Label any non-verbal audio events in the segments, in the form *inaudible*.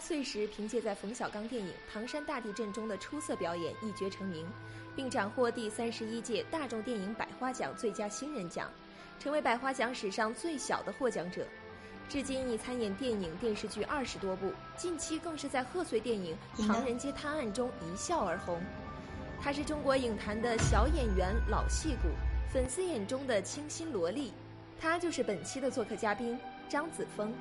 岁时凭借在冯小刚电影《唐山大地震》中的出色表演一决成名，并斩获第三十一届大众电影百花奖最佳新人奖，成为百花奖史上最小的获奖者。至今已参演电影、电视剧二十多部，近期更是在贺岁电影《唐人街探案》中一笑而红。他是中国影坛的小演员、老戏骨，粉丝眼中的清新萝莉。他就是本期的做客嘉宾张子枫。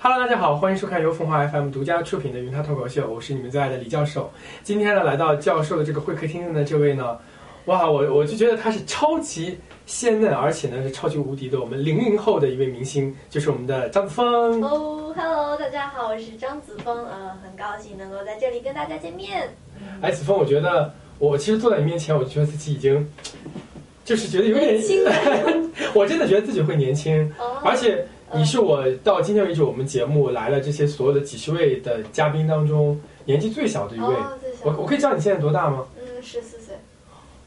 Hello，大家好，欢迎收看由凤凰 FM 独家出品的《云咖脱口秀》，我是你们最爱的李教授。今天呢，来到教授的这个会客厅的呢，这位呢，哇，我我就觉得他是超级鲜嫩，而且呢是超级无敌的。我们零零后的一位明星，就是我们的张子枫。哦、h e l l o 大家好，我是张子枫，呃，很高兴能够在这里跟大家见面。哎，子枫，我觉得我其实坐在你面前，我觉得自己已经就是觉得有点年轻了， *laughs* 我真的觉得自己会年轻，哦而且你是我到今天为止我们节目来了这些所有的几十位的嘉宾当中年纪最小的一位。哦，最我小，我可以知道你现在多 *laughs* 大吗？嗯，十四岁，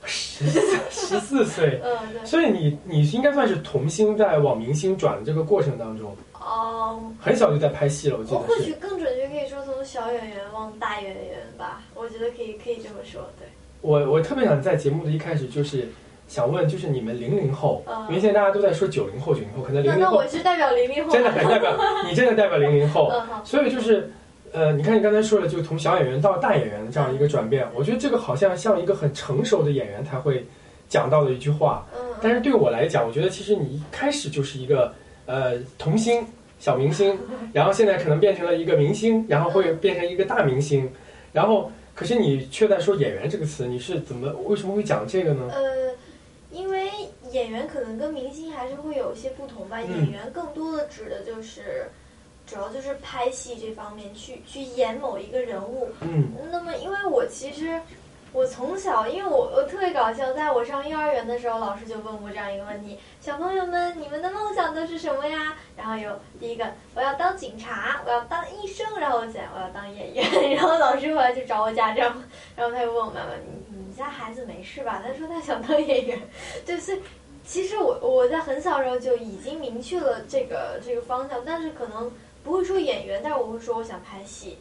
十十四岁，嗯，对，所以你你应该算是童星在往明星转的这个过程当中，哦、很小就在拍戏了，我记我哦或得是。许更准确可以说从小演员往大演员吧，我觉得可以，可以这么说，对。我我特别想在节目的一开始就是想问，就是你们零零后，嗯因为现在大家都在说九零后九零后，可能零那零那后我是代表零零后真的很 *laughs* 代表你，真的代表零零后。嗯，好，所以就是，呃，你看你刚才说了，就从小演员到大演员的这样一个转变，我觉得这个好像像一个很成熟的演员才会讲到的一句话。嗯，但是对我来讲，我觉得其实你一开始就是一个呃童星、小明星，然后现在可能变成了一个明星，然后会变成一个大明星，然后可是你却在说演员这个词，你是怎么为什么会讲这个呢？呃，因为演员可能跟明星还是会有一些不同吧。嗯演员更多的指的就是，主要就是拍戏这方面去去演某一个人物。嗯那么，因为我其实我从小，因为我我特别搞笑，在我上幼儿园的时候，老师就问过这样一个问题：小朋友们，你们的梦想都是什么呀？然后有第一个，我要当警察，我要当医生，然后我想我要当演员， *laughs* 然后老师后来就找我家长，然后他就问我妈妈：“你你家孩子没事吧？”他说他想当演员，对，所以。其实我我在很小时候就已经明确了这个这个方向，但是可能不会说演员，但是我会说我想拍戏。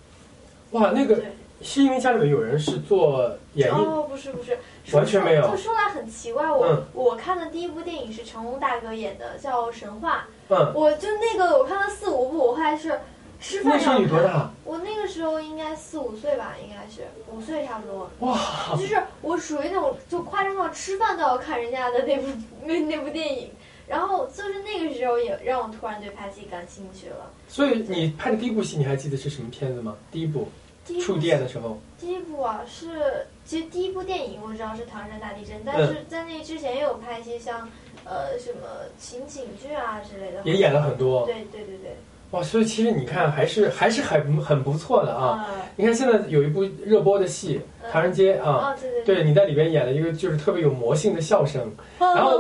哇，那个对，是因为家里面有人是做演艺，哦，不是不是，说完全没有就说来很奇怪，我、嗯我看的第一部电影是成龙大哥演的，叫《神话》，嗯，我就那个我看了四五部，我后来是吃那饭时候要你多看。大？我那个时候应该四五岁吧，应该是五岁差不多。哇，就是我属于那种就夸张到吃饭都要看人家的那部那那部电影，然后就是那个时候也让我突然对拍戏感兴趣了。所以你拍的第一部戏，你还记得是什么片子吗？第一部第一部触电的时候，第一部啊是，其实第一部电影我知道是《唐山大地震》，但嗯是在那之前也有拍一些像，呃，什么情景剧啊之类的。也演了很多对对对对。哇，所以其实你看还是还是很很不错的啊。啊。你看现在有一部热播的戏《唐人街》啊，啊，对对对。对你在里边演了一个就是特别有魔性的笑声， *laughs* *laughs* 然后，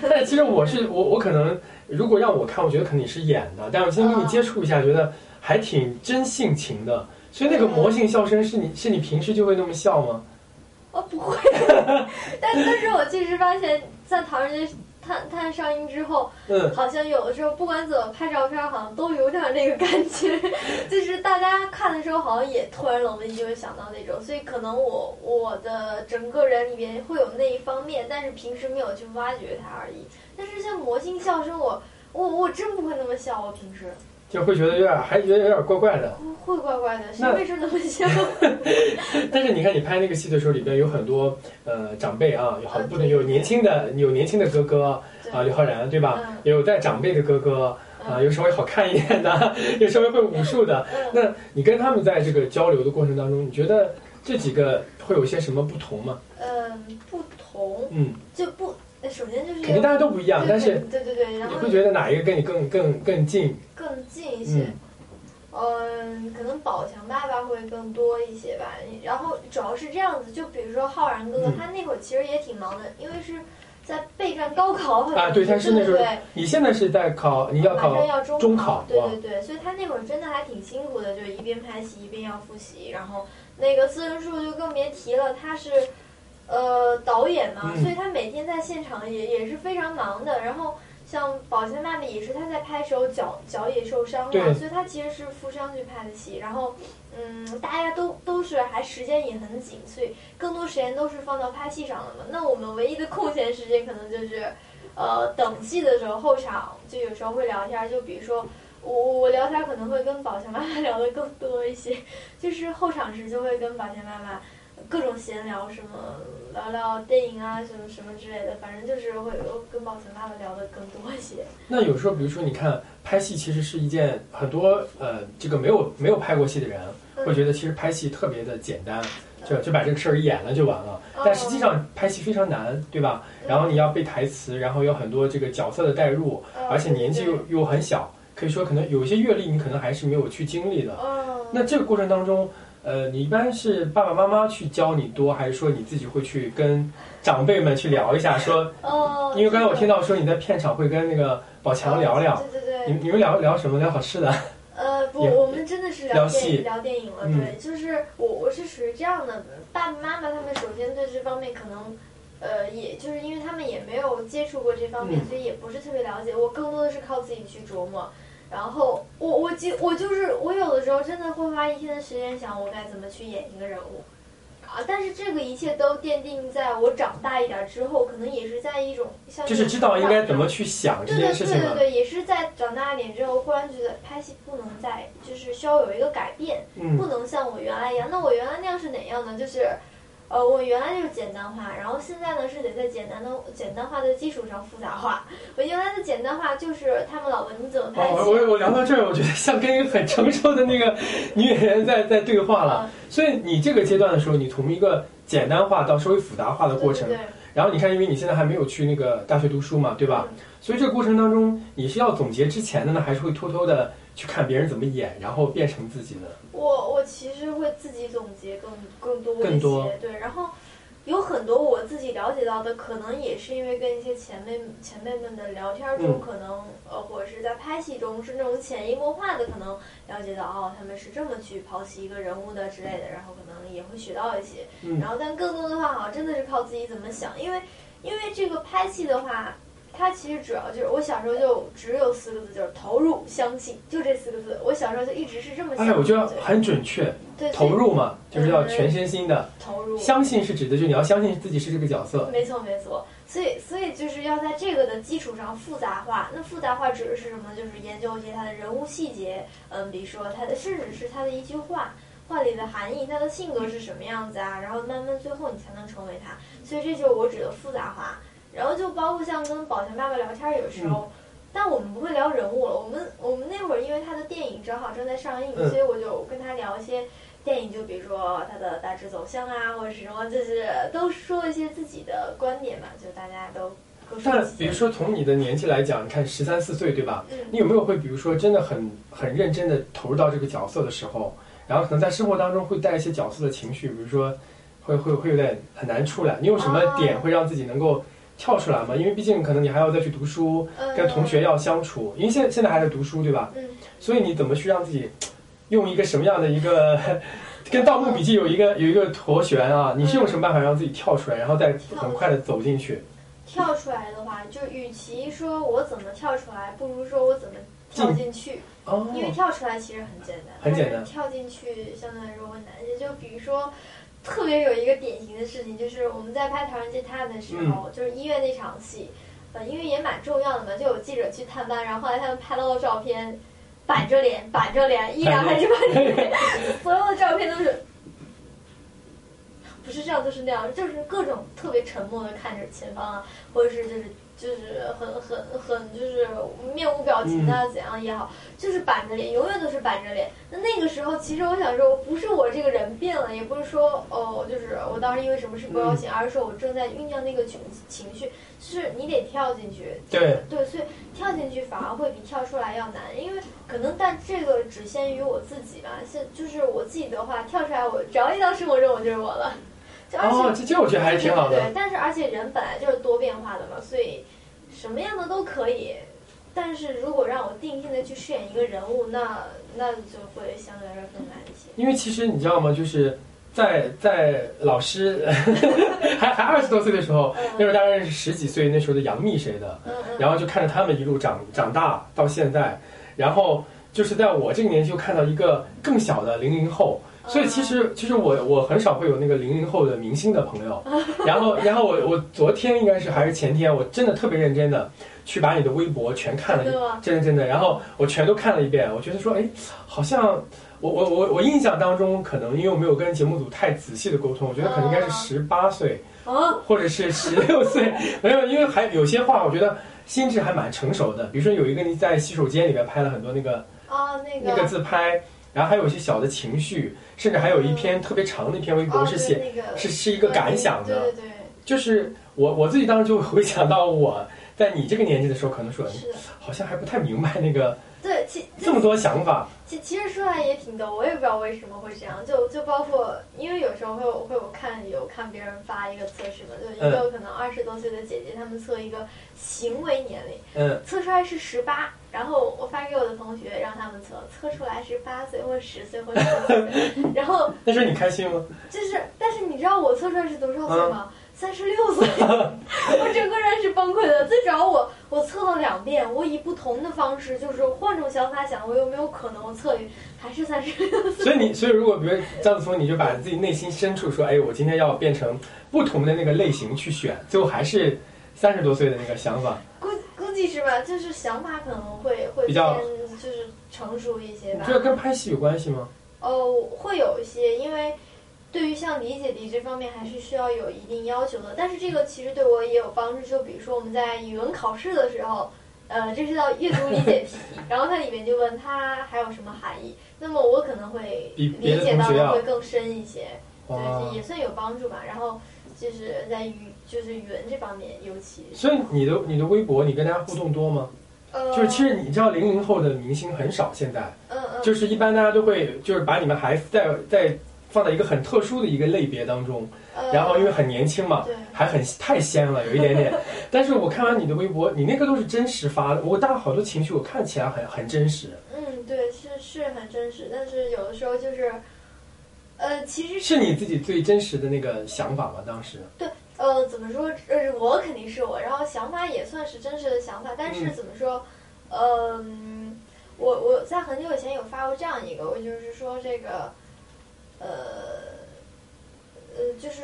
但是其实我是我我可能如果让我看，我觉得肯定是演的，但我先跟你嗯接触一下，觉得还挺真性情的。所以嗯那个魔性笑声是你是你平时就会那么笑吗？我哦不会， *laughs* 但但是我确实发现，在《唐人街探探》上映之后，嗯，好像有的时候不管怎么拍照片，好像都有点那个感觉， *laughs* 就是大家看的时候好像也突然冷不丁就会想到那种，所以可能我我的整个人里面会有那一方面，但是平时没有去挖掘它而已。但是像魔性笑声我，我我真不会那么笑，我平时就会觉得有点还觉得有点怪怪的。会怪怪的，谁 *laughs* 那为什么那么笑？但是你看你拍那个戏的时候，里边有很多呃长辈啊，有很不能有年轻的有年轻的哥哥嗯对啊，刘昊然对吧？嗯也有带长辈的哥哥啊，有稍微好看一点的， *laughs* 有稍微会武术的。嗯，那你跟他们在这个交流的过程当中，你觉得这几个会有些什么不同吗？嗯，不同嗯，就不，呃首先就是肯定大家都不一样，对但是对对对，然你后会觉得哪一个跟你更更更近？更近一些嗯。嗯，可能宝强爸爸会更多一些吧。然后主要是这样子，就比如说浩然哥哥，嗯他那会儿其实也挺忙的，因为是在备战高考，啊对他是那时候对你现在是在考，你要马上考要中中考对哇对对，所以他那会儿真的还挺辛苦的，就一边拍戏一边要复习，然后那个四人数就更别提了，他是呃导演嘛，嗯所以他每天在现场也也是非常忙的。然后像宝强妈咪也是，他在拍时候脚脚也受伤对了，所以他其实是负伤去拍的戏。然后嗯，大家都都是还时间也很紧，所以更多时间都是放到拍戏上了嘛。那我们唯一的空闲时间可能就是。呃，等戏的时候后场就有时候会聊天儿，就比如说我我聊天儿可能会跟宝强妈 *laughs* 妈聊的更多一些，就是后场时就会跟宝强妈妈各种闲聊，什么聊聊电影啊，什么什么之类的，反正就是会跟宝强妈妈聊的更多一些。那有时候，比如说，你看拍戏其实是一件很多呃，这个没有没有拍过戏的人嗯会觉得，其实拍戏特别的简单，就就把这个事儿演了就完了。 *laughs* 但实际嗯，上拍戏非常难，对吧？然后你要背台词，然后有很多这个角色的代入，嗯而且年纪又又很小，可以说可能有一些阅历你可能还是没有去经历的。嗯，那这个过程当中，呃，你一般是爸爸妈妈去教你多，还是说你自己会去跟长辈们去聊一下？说，哦，嗯因为刚才我听到到说你在片场会跟那个宝强聊聊，嗯对对对，你们你们聊聊什么？聊好吃的。呃，不，也我们真的是聊聊电戏影聊电影了，嗯对，就是我我是属于这样的，爸爸妈妈他们首先对这方面可能，呃，也就是因为他们也没有接触过这方面，嗯所以也不是特别了解，我更多的是靠自己去琢磨。然后我我就我就是我有的时候真的会花一天的时间想我该怎么去演一个人物，啊，但是这个一切都奠定在我长大一点之后，可能也是在一种像就是知道应该怎么去想这对对件事对情对了。对，也是在长大一点之后，忽然觉得拍戏不能再，就是需要有一个改变，嗯不能像我原来一样。那我原来那样是哪样呢？就是，呃，我原来就是简单化，然后现在呢是得在简单的简单化的基础上复杂化。我原来的简单化就是他们老问你怎么哦拍，戏，啊我我我聊到这儿，我觉得像跟一个很成熟的那个女演员在在对话了。嗯所以你这个阶段的时候，你从一个简单化到稍微复杂化的对过对程，对，然后你看，因为你现在还没有去那个大学读书嘛，对吧？所以这个过程当中，你是要总结之前的呢，还是会偷偷的去看别人怎么演，然后变成自己的？我我其实会自己总结更更多一更些，多对，然后有很多我自己了解到的，可能也是因为跟一些前辈前辈们的聊天中，嗯可能呃或者是在拍戏中是那种潜移默化的，可能了解到哦他们是这么去剖析一个人物的之类的，然后可能也会学到一些，嗯然后但更多的话好像真的是靠自己怎么想，因为因为这个拍戏的话。它其实主要就是我小时候就只有四个字，就是投入、相信，就这四个字。我小时候就一直是这么想哎，的。我觉得对很准确，对，嗯所以投入嘛，就是要全身心的。投入，相信是指的，就是你要相信自己是这个角色。没错没错。所以所以就是要在这个的基础上复杂化。那复杂化指的是什么呢？就是研究一些它的人物细节，嗯，比如说它的，甚至是它的一句话。话里的含义，它的性格是什么样子啊？然后慢慢最后你才能成为他，所以这就是我指的复杂化。然后就包括像跟宝强爸爸聊天儿，有时嗯候，但我们不会聊人物了。我们我们那会儿因为他的电影正好正在上映，嗯所以我就跟他聊一些电影，就比如说它的大致走向啊，或者是什么，就是都说一些自己的观点嘛，就大家都各说但自比己如的。说从你的年纪来讲，你看十三四岁，对吧？嗯，你有没有会，比如说真的很很认真的投入到这个角色的时候，然后可能在生活当中会带一些角色的情绪，比如说会会会有点很难出来。你有什么哦点会让自己能够跳出来吗？因为毕竟可能你还要再去读书，嗯跟同学要相处，因为现现在还在读书，对吧？嗯所以你怎么去让自己用一个什么样的一个 *laughs* 跟《盗墓笔记》有一个有一个螺旋啊？你是用什么办法让自己跳出来，然后再很快的走进去，跳出来的话，就与其说我怎么跳出来，不如说我怎么跳进去。哦，因为跳出来其实很简单，很简单但是跳进去相对来说会难一些。就比如说，特别有一个典型的事情，就是我们在拍《唐人街探案》的嗯时候，就是医院那场戏，呃，因为也蛮重要的嘛，就有记者去探班，然后后来他们拍到了照片，板着脸，板着脸，依然还是板着 *laughs* 脸，所有的照片都是。不是这样，就是那样，就是各种特别沉默的看着前方啊，或者是就是就是很很很就是面无表情嗯啊，怎样也好，就是板着脸，永远都是板着脸。那那个时候，其实我想说，不是我这个人变了，也不是说哦，就是我当时因为什么事不高嗯兴，而是说我正在酝酿那个情情绪，就是你得跳进去，对对，所以跳进去反而会比跳出来要难，因为可能但这个只限于我自己吧，是就是我自己的话，跳出来我只要一到生活中我就是我了，就而且、哦，这这我觉得还是挺好对的对。对，但是而且人本来就是多变化的嘛，所以什么样的都可以。但是如果让我定性的去饰演一个人物，那那就会相对来说更难一些。因为其实你知道吗？就是在在老师 *laughs* 还还二十多岁的时候，那嗯时候大概是十几岁，那时候的杨幂谁的，嗯嗯，然后就看着他们一路长长大到现在，然后就是在我这个年纪又看到一个更小的零零后，所以其实其实我我很少会有那个零零后的明星的朋友，然后然后我我昨天应该是还是前天，我真的特别认真的去把你的微博全看了一对吧？真的真的，然后我全都看了一遍，我觉得说，哎，好像我我我我印象当中，可能因为我没有跟节目组太仔细的沟通，我觉得可能应该是哦十八岁哦，或者是十六岁，没有，因为还有些话，我觉得心智还蛮成熟的。比如说有一个你在洗手间里面拍了很多那个啊，那那个自拍，然后还有一些小的情绪，甚至还有一篇特别长的一篇微博哦，是对写那个是是一个感想的，对对对，就是我我自己当时就回想到我在你这个年纪的时候，可能说哎是的，好像还不太明白那个。对，其这么多想法，其其实说来也挺逗，我也不知道为什么会这样，就就包括因为有时候会有会有看有看别人发一个测试嘛，就嗯一个可能二十多岁的姐姐，她们测一个行为年龄，嗯，测出来是十八，然后我发给我的同学让他们测，测出来是八岁或十岁或者 *laughs* 十岁，然后那时候你开 *laughs* 心吗？就是，但是你知道我测出来是多少岁吗？三十六岁，嗯 *laughs* 我整个人是崩溃的。最主要我我测了两遍，我以不同的方式，就是换种想法想，我有没有可能我测一还是三十六？所以你，所以如果比如张子枫，你就把自己内心深处说，哎，我今天要变成不同的那个类型去选，最后还是三十多岁的那个想法。估估计是吧，就是想法可能会会比偏较就是成熟一些你吧。这跟拍戏有关系吗？哦，会有一些，因为对于像理解力这方面还是需要有一定要求的。但是这个其实对我也有帮助，就比如说我们在语文考试的时候，呃，这是叫阅读理解 *laughs* 题，然后它里面就问它还有什么含义，那么我可能会比别理解的同到学的要会更深一些，对，哇这！也算有帮助吧。然后就是在语就是语文这方面，尤其所以你的你的微博，你跟大家互动多吗？呃，就是其实你知道零零后的明星很少，现在嗯嗯，就是一般大家都会就是把你们还在在放在一个很特殊的一个类别当中，呃然后因为很年轻嘛，对。还很太鲜了，有一点点。 *laughs* 但是我看完你的微博，你那个都是真实发的，我大好多情绪我看起来很很真实，嗯，对，是是很真实，但是有的时候就是，呃，其实是你自己最真实的那个想法吗？当时呃，怎么说？呃，我肯定是我，然后想法也算是真实的想法，但是嗯怎么说？嗯，我我在很久以前有发过这样一个，我就是说这个，呃，呃，就是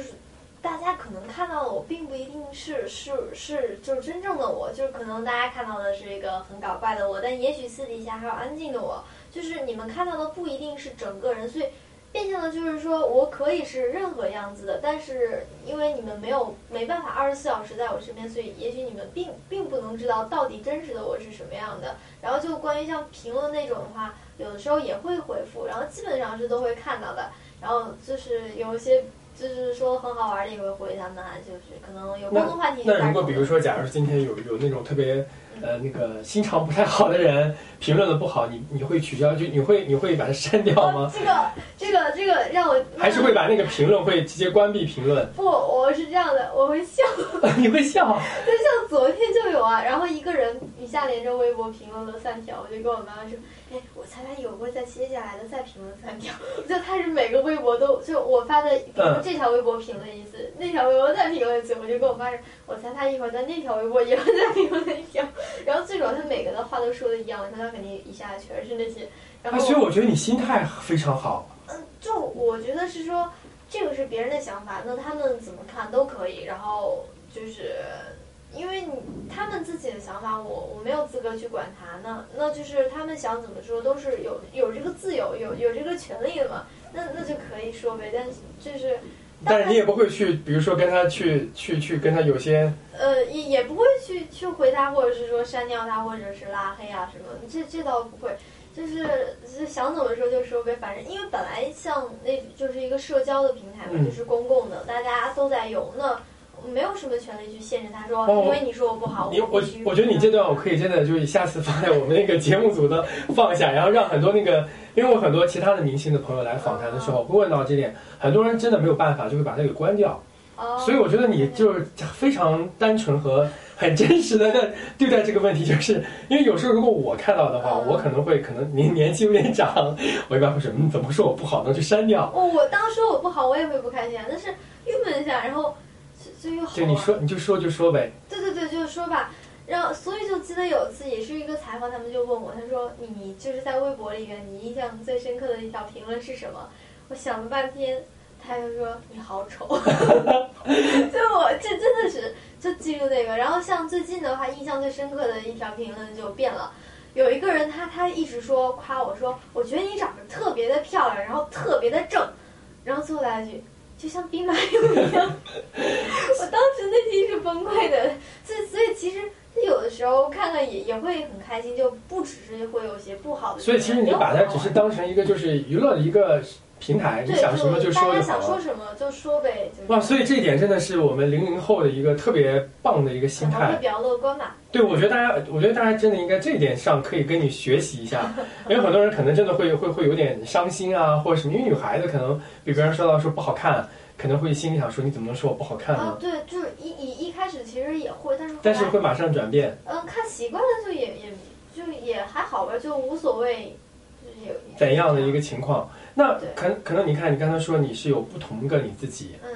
大家可能看到的我，并不一定是是是就是真正的我，就是可能大家看到的是一个很搞怪的我，但也许私底下还有安静的我，就是你们看到的不一定是整个人，所以变相的就是说我可以是任何样子的，但是因为你们没有没办法二十四小时在我身边，所以也许你们并并不能知道到底真实的我是什么样的。然后就关于像评论那种的话，有的时候也会回复，然后基本上是都会看到的。然后就是有一些就是说很好玩的也会回他们啊，就是可能有共同话题就那打如果住比如了说，假如今天有有那种特别呃嗯那个心肠不太好的人评论的不好，你你会取消就你会你会把它删掉哦吗？这个这个这个让我嗯还是会把那个评论会直接关闭评 *laughs* 论？不，我是这样的，我会笑。你会笑？ *laughs* 就像昨天就有啊，然后一个人一下连着微博评论了三条，我就跟我妈妈说，哎，我猜他有会再接下来的再评论三条，我就他是每个微博都就我发的，比如说嗯这条微博评论一次，那条微博再评论一次，我就跟我妈说，我猜他一会儿在那条微博也会再评论一条，然后最主要他每个的话都说的一样，他肯定一下全是那些，然啊，后所以我觉得你心态非常好。嗯，就我觉得是说，这个是别人的想法，那他们怎么看都可以。然后就是因为你他们自己的想法，我我没有资格去管他。那那就是他们想怎么说都是有有这个自由，有有这个权利的嘛。那那就可以说呗。但是就是但是你也不会去，比如说跟他去去去跟他有些，呃也也不会去去回他，或者是说删掉他，或者是拉黑啊什么的，这这倒不会。就是就是想怎么说就说呗，反正因为本来像那就是一个社交的平台嘛，嗯就是公共的，大家都在用，那没有什么权利去限制他说，哦因为你说我不好，你我必须我觉得你这段我可以真的就是下次放在我们那个节目组的放下，然后让很多那个，因为我很多其他的明星的朋友来访谈的时候会问到这点，很多人真的没有办法就会把它给关掉，哦，所以我觉得你就是非常单纯和很真实的在对待这个问题，就是因为有时候如果我看到的话，嗯我可能会可能年年纪有点长，我一般会说嗯怎么说我不好呢就删掉，哦，我当时我不好，我也会不开心，啊，但是郁闷一下，然后所所以又好就你玩。说你就说就说呗，对对对，就是说吧，然后所以就记得有一次也是一个采访，他们就问我，他说你就是在微博里面，你印象最深刻的一条评论是什么？我想了半天，他就说你好 *laughs* 丑，就我这真的是就记住那个。然后像最近的话，印象最深刻的一条评论就变了。有一个人他，他一直说夸我说，我觉得你长得特别的漂亮，然后特别的正，然后最后来一句，就像兵马俑一样。 *laughs* 我当时内心是崩溃的，所以所以其实有的时候看看也也会很开心，就不只是会有些不好的。所以其实你把它只是当成一个就是娱乐的一个平台，你对，想什么就大说家就好想说了。什么就说呗，就是哇，所以这一点真的是我们零零后的一个特别棒的一个心可能会态。比较乐观嘛。对，我觉得大家，我觉得大家真的应该这一点上可以跟你学习一下，因为很多人可能真的会会会有点伤心啊，或者什么，因为女孩子可能比别人说到说不好看，可能会心里想说你怎么能说我不好看然后呢？哦对，就是一一一开始其实也会，但是后来嗯但是会马上转变，嗯看习惯了就也也就也还好吧，就无所谓，就是也怎样的一个情况？那对可可能你看，你刚才说你是有不同的你自己，嗯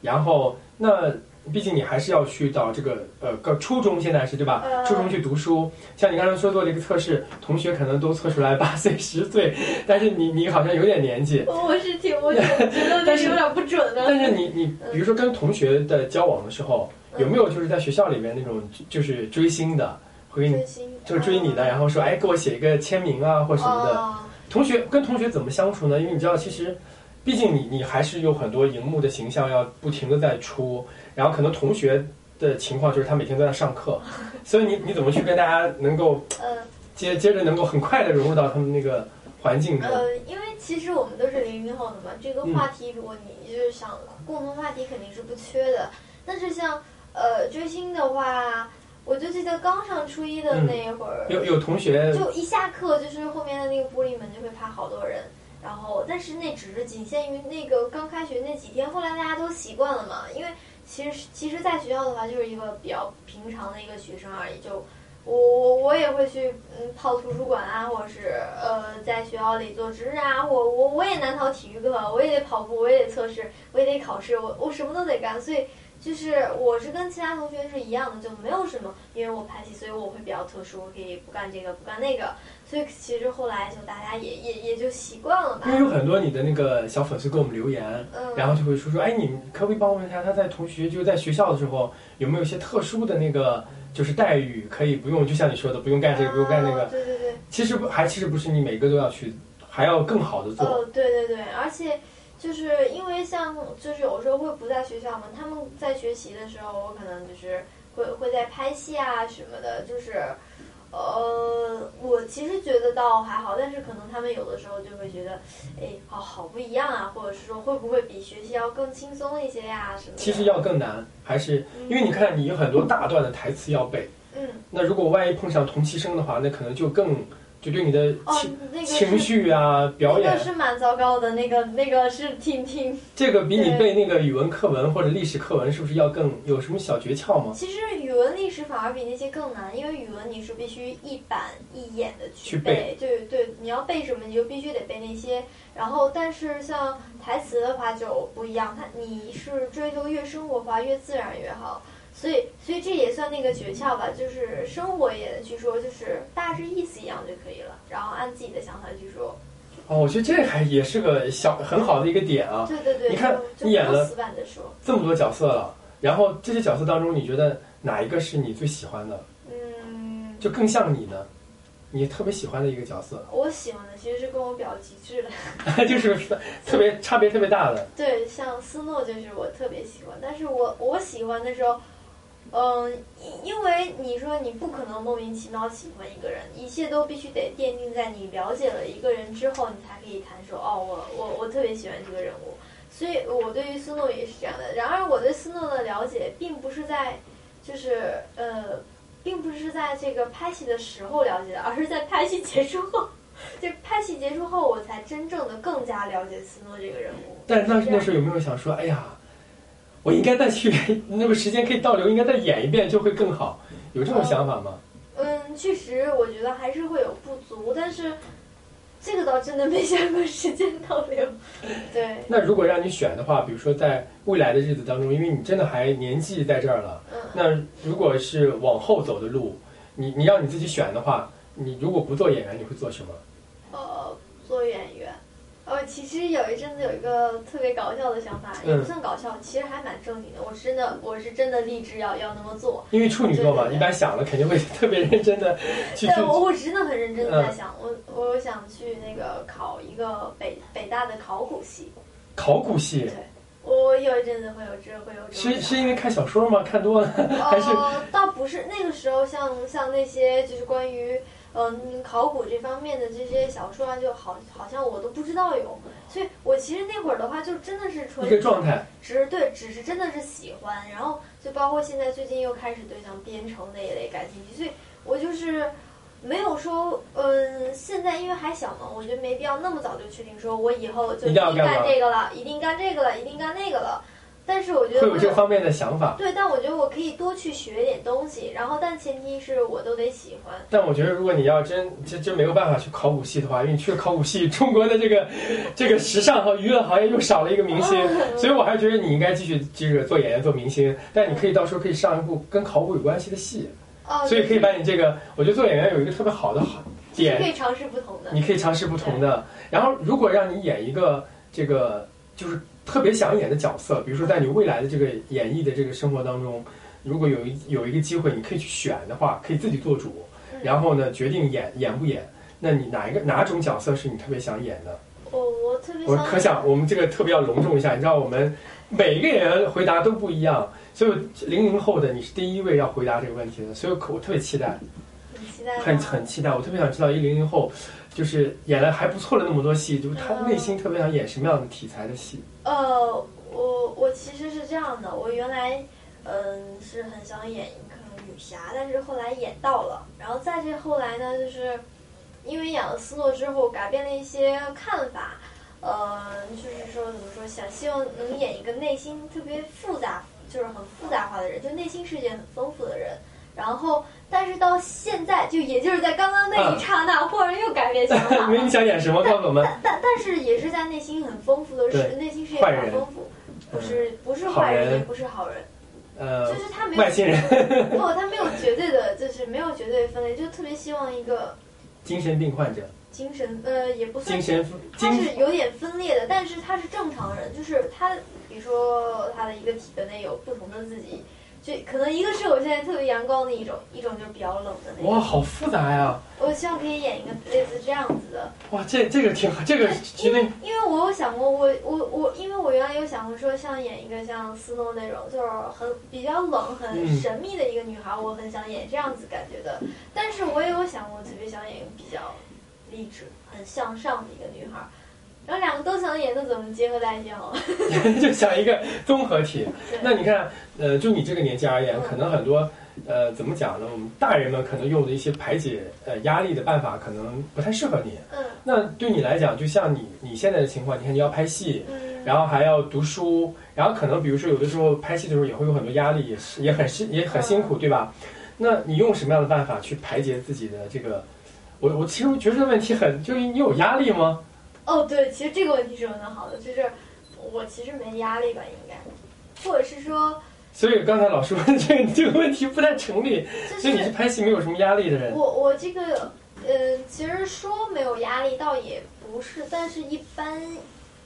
然后那毕竟你还是要去到这个呃个初中，现在是对吧？呃初中去读书，像你刚才说做这个测试，同学可能都测出来八岁、十岁，但是你你好像有点年纪。我我是挺 *laughs* 我挺觉得这但是个有点不准的。但是你你比如说跟同学的交往的时候，嗯有没有就是在学校里面那种就就是追星的，会给你追星啊嗯就是追你的，然后说哎给我写一个签名啊或什么的。哦同学跟同学怎么相处呢？因为你知道，其实，毕竟你你还是有很多荧幕的形象要不停的在出，然后可能同学的情况就是他每天都在上课， *laughs* 所以你你怎么去跟大家能够嗯。接接着能够很快的融入到他们那个嗯环境中？呃，因为其实我们都是零零后的嘛，这个话题如果你就是想共同话题肯定是不缺的。但是像呃追星的话，我就记得刚上初一的那一会儿，有嗯有同学就一下课就是后面的那个玻璃门就会趴好多人。然后，但是那只是仅限于那个刚开学那几天，后来大家都习惯了嘛。因为其实其实，在学校的话，就是一个比较平常的一个学生而已，就我我我也会去嗯泡图书馆啊，或者是呃在学校里做值日啊，我我我也难逃体育课，我也得跑步，我也得测试，我也得考试，我我什么都得干，所以就是我是跟其他同学是一样的，就没有什么，因为我排挤，所以我会比较特殊，我可以不干这个不干那个，所以其实后来就大家也也也就习惯了吧因，为有很多你的那个小粉丝给我们留言，嗯，然后就会说说，哎，你可不可以帮我问一下，他在同学就在学校的时候有没有一些特殊的那个就是待遇，可以不用，就像你说的，不用干这个，不用干那个啊，对对对。其实不还其实不是你每个都要去，还要更好的做。呃，对对对，而且就是因为像就是有时候会不在学校嘛，他们在学习的时候，我可能就是会会在拍戏啊什么的，就是。呃，我其实觉得倒还好，但是可能他们有的时候就会觉得，哎，好好不一样啊，或者是说会不会比学习要更轻松一些呀、什么的。其实要更难，还是嗯，因为你看你有很多大段的台词要背，嗯，那如果万一碰上同期生的话，那可能就更就对你的哦情、，那个情是绪啊表那演个，是蛮糟糕的，那个那个是挺挺这个比你对背那个语文课文或者历史课文是不是要更有什么小诀窍吗？其实语文、历史反而比那些更难，因为语文你是必须一板一眼的去去背，对对，你要背什么你就必须得背那些。然后，但是像台词的话就不一样，它你是追求越生活化、越自然越好。所以，所以这也算那个诀窍吧，就是生活也去说，就是大致意思一样就可以了，然后按自己的想法去说。哦，我觉得这还也是个小很好的一个点啊，对对对，你看就就你演不了用死板的说。这么多角色了，然后这些角色当中，你觉得哪一个是你最喜欢的，嗯，就更像你呢？你特别喜欢的一个角色，我喜欢的其实是跟我比较极致的。 *laughs* 就是特别差别特别大的。对，像斯诺就是我特别喜欢，但是我我喜欢的时候，嗯，因因为你说你不可能莫名其妙喜欢一个人，一切都必须得奠定在你了解了一个人之后，你才可以谈说哦，我我我特别喜欢这个人物，所以我对于斯诺也是这样的。然而我对斯诺的了解并不是在，就是呃，并不是在这个拍戏的时候了解的，而是在拍戏结束后。 *laughs* 就拍戏结束后，我才真正的更加了解斯诺这个人物。但是当时这那样时候有没有想说，哎呀，我应该再去那个时间可以倒流，应该再演一遍就会更好，嗯有这种想法吗？嗯，确实，我觉得还是会有不足，但是这个倒真的没想过时间倒流。对，那如果让你选的话，比如说在未来的日子当中，因为你真的还年纪在这儿了，嗯。那如果是往后走的路，你你让你自己选的话，你如果不做演员，你会做什么？呃，做演员。呃，其实有一阵子有一个特别搞笑的想法，也不嗯算搞笑，其实还蛮正经的。我是真的，我是真的立志要要那么做。因为处女座嘛，对对对一般想了肯定会 *laughs* 特别认真的去去但我我真的很认真的嗯在想，我我想去那个考一个北北大的考古系。考古系。我有一阵子会有这会有这种是是想因为看小说吗？看多了，法，还是呃，倒不是那个时候像，像那些就是关于嗯、考古这方面的这些小说啊，就好好像我都不知道有，所以我其实那会儿的话，就真的是纯一个状态。只对，只是真的是喜欢，然后就包括现在最近又开始对像编程那一类感兴趣，所以我就是没有说，嗯，现在因为还小嘛，我觉得没必要那么早就确定说我以后就一定一定要干干嘛这个了，一定干这个了，一定干那个了。但是我觉会得有我这方面的想法。对，但我觉得我可以多去学点东西，然后但前提是我都得喜欢。但我觉得，如果你要真真真没有办法去考古系的话，因为你去了考古系，中国的这个这个时尚和娱乐行业又少了一个明啊星，哦所以我还觉得你应该继续这个做演员、做明星。但你可以到时候可以上一部跟考古有关系的戏，哦，所以可以就是把你这个，我觉得做演员有一个特别好的好就是点可，以尝试不同的。你可以尝试不同的。然后，如果让你演一个这个就是特别想演的角色，比如说在你未来的这个演艺的这个生活当中，如果有一有一个机会，你可以去选的话，可以自己做主，嗯然后呢决定演演不演。那你哪一个哪种角色是你特别想演的？我嗯哦我特别我想可想，我们这个特别要隆重一下，你知道我们每一个人回答都不一样，所以零零后的你是第一位要回答这个问题的，所以我特别期嗯待。很期待很吗很期待，我特别想知道一零零后，就是演了还不错的那么多戏，就是他嗯内心特别想演什么样的题材的戏？呃，我我其实是这样的，我原来嗯是很想演一个女侠，但是后来演到了，然后再这后来呢，就是因为演了斯诺之后，改变了一些看法，呃，就是说怎么说，想希望能演一个内心特别复杂，就是很复杂化的人，就内心世界很丰富的人。然后，但是到现在，就也就是在刚刚那一嗯刹那，忽然又改变想法 *laughs* 没了你。想演什么？告诉我们。但 *laughs* 但但是也是在内心很丰富的对是内心世界坏很人嗯丰富，不是不是好坏人，人也不是好人，呃就，是他没有外星人、 *laughs* 不，他没有绝对的，就是没有绝对分类，就特别希望一个精神病患者、精神呃也不算精，神他精是有点分裂的，但是他是正常人，就是他比如说他的一个体格内有不同的自己，就可能一个是我现在特别阳光的一种，一种就是比较冷的那哇，种，好复杂呀！我希望可以演一个类似这样子的。哇，这这个挺好，这个绝对因为我有想过，我我我，因为我原来有想过说，像演一个像斯诺那种，就是很比较冷、很嗯神秘的一个女孩，我很想演这样子感觉的。但是我也有想过，特别想演一个比较励志、很向上的一个女孩。然后两个都想演，那怎么结合在一起 *laughs* 好了？就想一个综合体。对那你看，呃，就你这个年纪而言，嗯可能很多，呃，怎么讲呢？我们大人们可能用的一些排解呃压力的办法，可能不太适合你。嗯那对你来讲，就像你你现在的情况，你看你要拍戏，嗯，然后还要读书，然后可能比如说有的时候拍戏的时候也会有很多压力，也是也很辛也很辛苦，对吧？那你用什么样的办法去排解自己的这个？我我其实觉得这个问题很，就是你有压力吗？哦，对，其实这个问题是问的好的，就是我其实没压力吧，应该，或者是说，所以刚才老师问这个这 *laughs* 个问题不太成立，就所以是你是拍戏没有什么压力的人，我我这个，呃，其实说没有压力倒也不是，但是一般，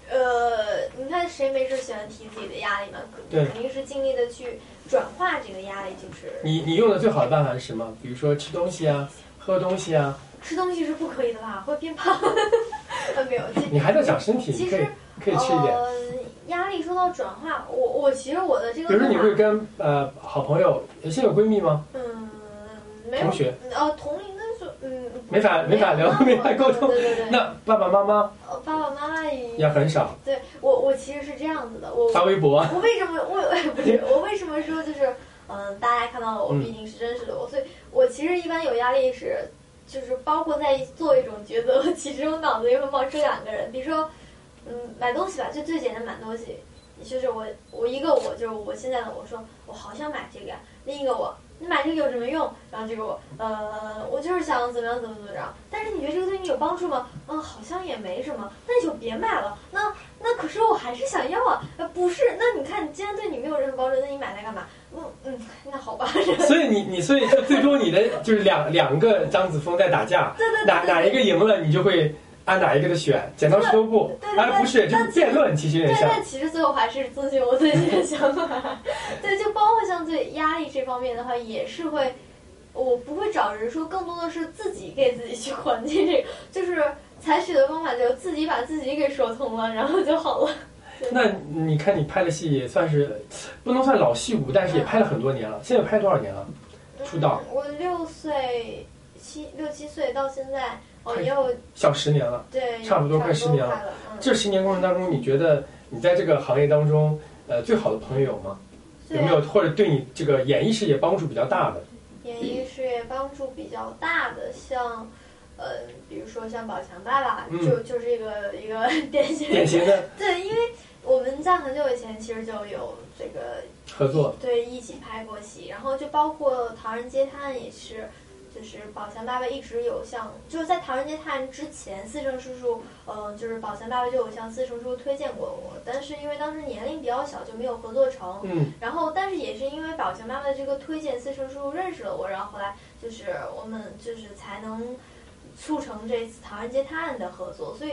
呃，你看谁没事喜欢提自己的压力嘛？对肯定是尽力的去转化这个压力，就是你你用的最好的办法是什么？比如说吃东西啊，喝东西啊，吃东西是不可以的吧？会变胖。 *laughs* 呃，没有，你还在长身体，其你可以实可以吃一点。呃，压力说到转化，我我其实我的这个比如说你做法会跟呃好朋友，现在有闺蜜吗？嗯，没有同学呃，同龄的是嗯，没法没法聊没没法沟通对对对，那爸爸妈妈呃爸爸妈妈也也很少对我我其实是这样子的，我发微博。 *laughs* 我为什么我不是我为什么说就是嗯，大家看到我嗯毕竟是真实的我，所以我其实一般有压力是，就是包括在做一种抉择，其实我脑子里会冒出两个人，比如说嗯买东西吧，就最简单买东西，就是我我一个我就是我现在的我说我好想买这个呀，另一个我你买这个有什么用？然后结果呃，我就是想怎么样怎么怎么着。但是你觉得这个对你有帮助吗？嗯，好像也没什么。那你就别买了。那那可是我还是想要啊。呃，不是，那你看，既然对你没有任何帮助，那你买它干嘛？嗯嗯，那好吧。 *laughs* 对所以你你所以就最终你的就是两两个张子枫在打架，对哪对哪一对个赢了，你就会按哪一个的选，剪刀石头布对，对哎，对不是，就但是辩论，其实有对点，像。但其实最后还是遵循我自己的想法。 *laughs* 对，就包括像对压力这方面的话，也是会，我不会找人说，更多的是自己给自己去缓解这个，就是采取的方法就自己把自己给说通了，然后就好了。嗯那你看你拍的戏也算是，不能算老戏骨，但是也拍了很多年了。现在拍了多少年了？出道嗯我六岁七六七岁到现在，哦，快也有小十年了。对，差不多快十年了了。嗯这十年过程当中，你觉得你在这个行业当中，呃，最好的朋友有吗？对有没有或者对你这个演艺事业帮助比较大的？演艺事业帮助比较大的，像，呃，比如说像宝强爸爸，嗯就就是一个一个 *laughs* 典型。典型的对，因为我们在很久以前其实就有这个合 *laughs* 作，对，一起拍过戏，然后就包括《唐人街探案》也是，就是宝强爸爸一直有向，就是在《唐人街探案》之前，四圣叔叔，呃，就是宝强爸爸就有向四圣叔叔推荐过我，但是因为当时年龄比较小，就没有合作成。嗯，然后，但是也是因为宝强妈妈的这个推荐，四圣叔叔认识了我，然后后来就是我们就是才能促成这次《唐人街探案》的合作，所以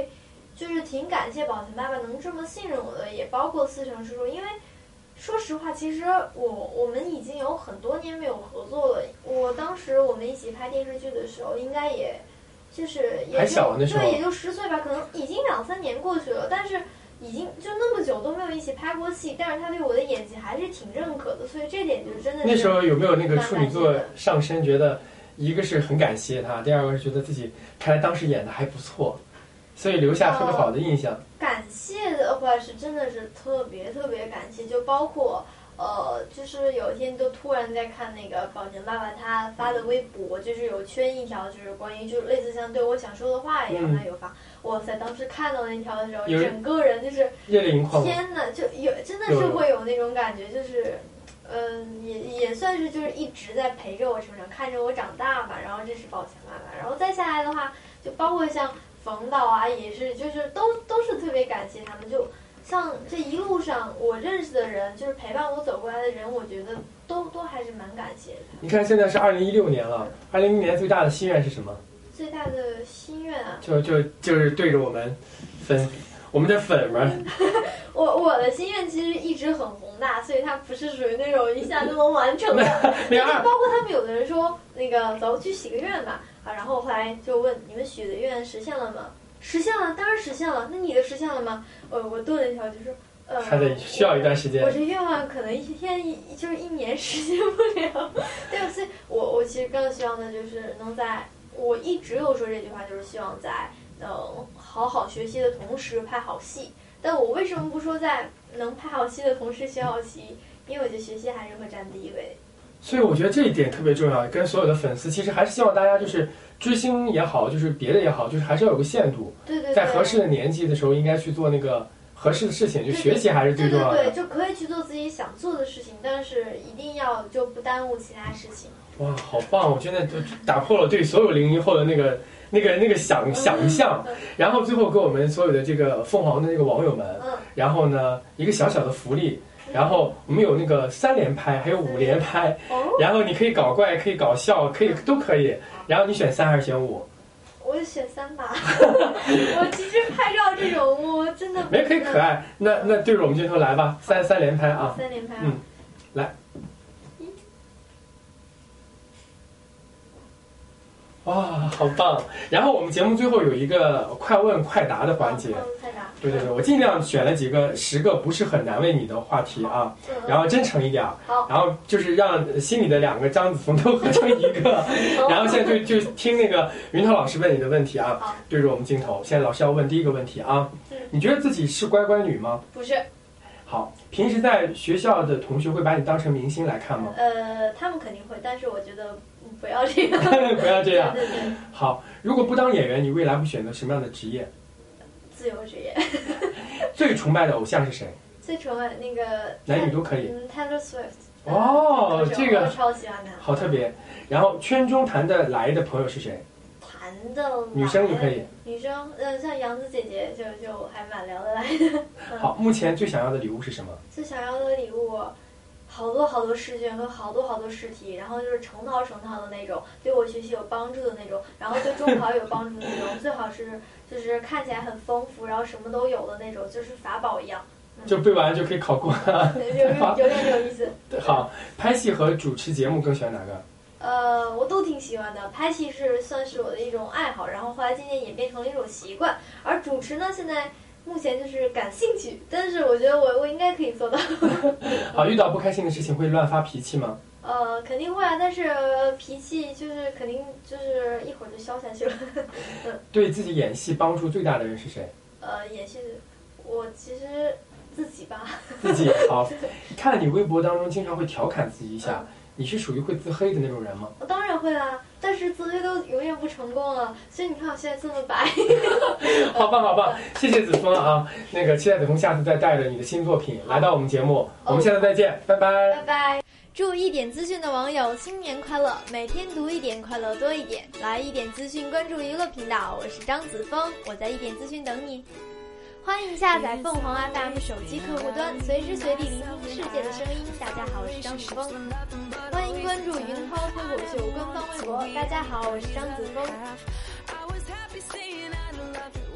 就是挺感谢宝强爸爸能这么信任我的，也包括四圣叔叔，因为说实话，其实我我们已经有很多年没有合作了。我当时我们一起拍电视剧的时候，应该也就是也就还小啊那时候对，也就十岁吧，可能已经两三年过去了，但是已经就那么久都没有一起拍过戏，但是他对我的演技还是挺认可的，所以这点就真的是那时候有没有那个处女座上身？觉得一个是很感谢他，第二个是觉得自己看来当时演的还不错，所以留下特别好哦的印象。感谢的话是真的是特别特别感谢，就包括呃，就是有一天就突然在看那个宝强爸爸他发的微博，就是有圈一条，就是关于就类似像对我想说的话一样，嗯他有发，哇塞，当时看到那条的时候，有人整个人就是热泪盈眶吗？天呐，就有真的有是有会有那种感觉，就是，嗯、也也算是就是一直在陪着我成长，看着我长大吧。然后这是宝强妈妈，然后再下来的话，就包括像冯导啊，也是就是都都是特别感谢他们。就像这一路上我认识的人，就是陪伴我走过来的人，我觉得都都还是蛮感谢他们。你看现在是二零一六年了，二零一年最大的心愿是什么？最大的心愿啊，就就就是对着我们粉，我们的粉们，我我的心愿其实一直很宏大，所以它不是属于那种一下就能完成的。那就二包括他们有的人说那个走去许个愿吧，啊，然后后来就问你们许的愿实现了吗？实现了，当然实现了。那你的实现了吗？呃，我顿了一条，就是呃，还得需要一段时我间。这愿望可能一天一就是一年实现不了， *laughs* 对，所以我我其实更希望的就是能在我一直有说这句话，就是希望在能好好学习的同时拍好戏。但我为什么不说在能拍好戏的同时学好戏？因为我觉得学习还是会占第一位。所以我觉得这一点特别重要，跟所有的粉丝其实还是希望大家就是追星也好，就是别的也好，就是还是要有个限度，对对对，在合适的年纪的时候应该去做那个合适的事情，就学习还是最对重对要对，的。就可以去做自己想做的事情，但是一定要就不耽误其他事情。哇，好棒！我现在就打破了对所有零零后的那个。那个那个想嗯想象，然后最后给我们所有的这个凤凰的那个网友们，嗯，然后呢一个小小的福利，然后我们有那个三连拍，还有五连拍，哦，然后你可以搞怪，可以搞笑，可以都可以。然后你选三还是选五？我选三 *laughs* 吧。我其实拍照这种，我真的不没可以可爱。那那对着我们镜头来吧，三三连拍啊！三连拍啊。嗯来哇，好棒！然后我们节目最后有一个快问快答的环节。嗯。快答对对对，我尽量选了几个十个不是很难为你的话题啊，嗯然后真诚一点儿好，然后就是让心里的两个张子枫都合成一个，哦然后现在就就听那个云涛老师问你的问题啊好，对着我们镜头。现在老师要问第一个问题啊嗯，你觉得自己是乖乖女吗？不是，好，平时在学校的同学会把你当成明星来看吗？呃，他们肯定会，但是我觉得嗯不要这样。 *laughs* 不要这对样。对对， *laughs* 好，如果不当演员，你未来会选择什么样的职业？自由职业，最崇拜的偶像是谁？最崇拜那个男女都可以。嗯，Taylor Swift，哦，这我个超喜欢他。好特别。然后圈中谈得来的朋友是谁？谈的女生也可，以。女生，嗯，像杨子姐姐就就还蛮聊得来 *laughs* 的。嗯好，目前最想要的礼物是什么？最想要的礼物，好多好多试卷和好多好多试题，然后就是成套成套的那种，对我学习有帮助的那种， *laughs* 然后对中考有帮助的那种，最好是就是看起来很丰富，然后什么都有的那种，就是法宝一样， *laughs* 就背完就可以考过。 *laughs* 对就是有点有意思。好，拍戏和主持节目更喜欢哪个？呃，我都挺喜欢的，拍戏是算是我的一种爱好，然后后来渐渐演变成了一种习惯，而主持呢，现在目前就是感兴趣，但是我觉得我我应该可以做到。好，遇到不开心的事情会乱发脾气吗？呃，肯定会啊，但是呃脾气就是肯定就是一会儿就消下去了。对自己演戏帮助最大的人是谁？呃，也是，我其实自己吧，自己。好，看你微博当中经常会调侃自己一下，嗯你是属于会自黑的那种人吗？ *laughs* 我当然会啦，但是自卑都永远不成功啊。所以你看我现在这么 *laughs* 白，好棒，好棒！谢谢子枫啊，那个期待子枫下次再带着你的新作品来到我们节目，我们下次再见，拜拜。拜拜。祝一点资讯的网友新年快乐！每天读一点，快乐多一点。来一点资讯，关注娱乐频道，我是张子枫，我在一点资讯等你。欢迎下载凤凰 FM 手机客户端，随时随地聆听世界的声音。大家好，我是张子枫。欢迎关注云涛脱口秀官方微博。大家好，我是张子枫。 I was happy saying I loved you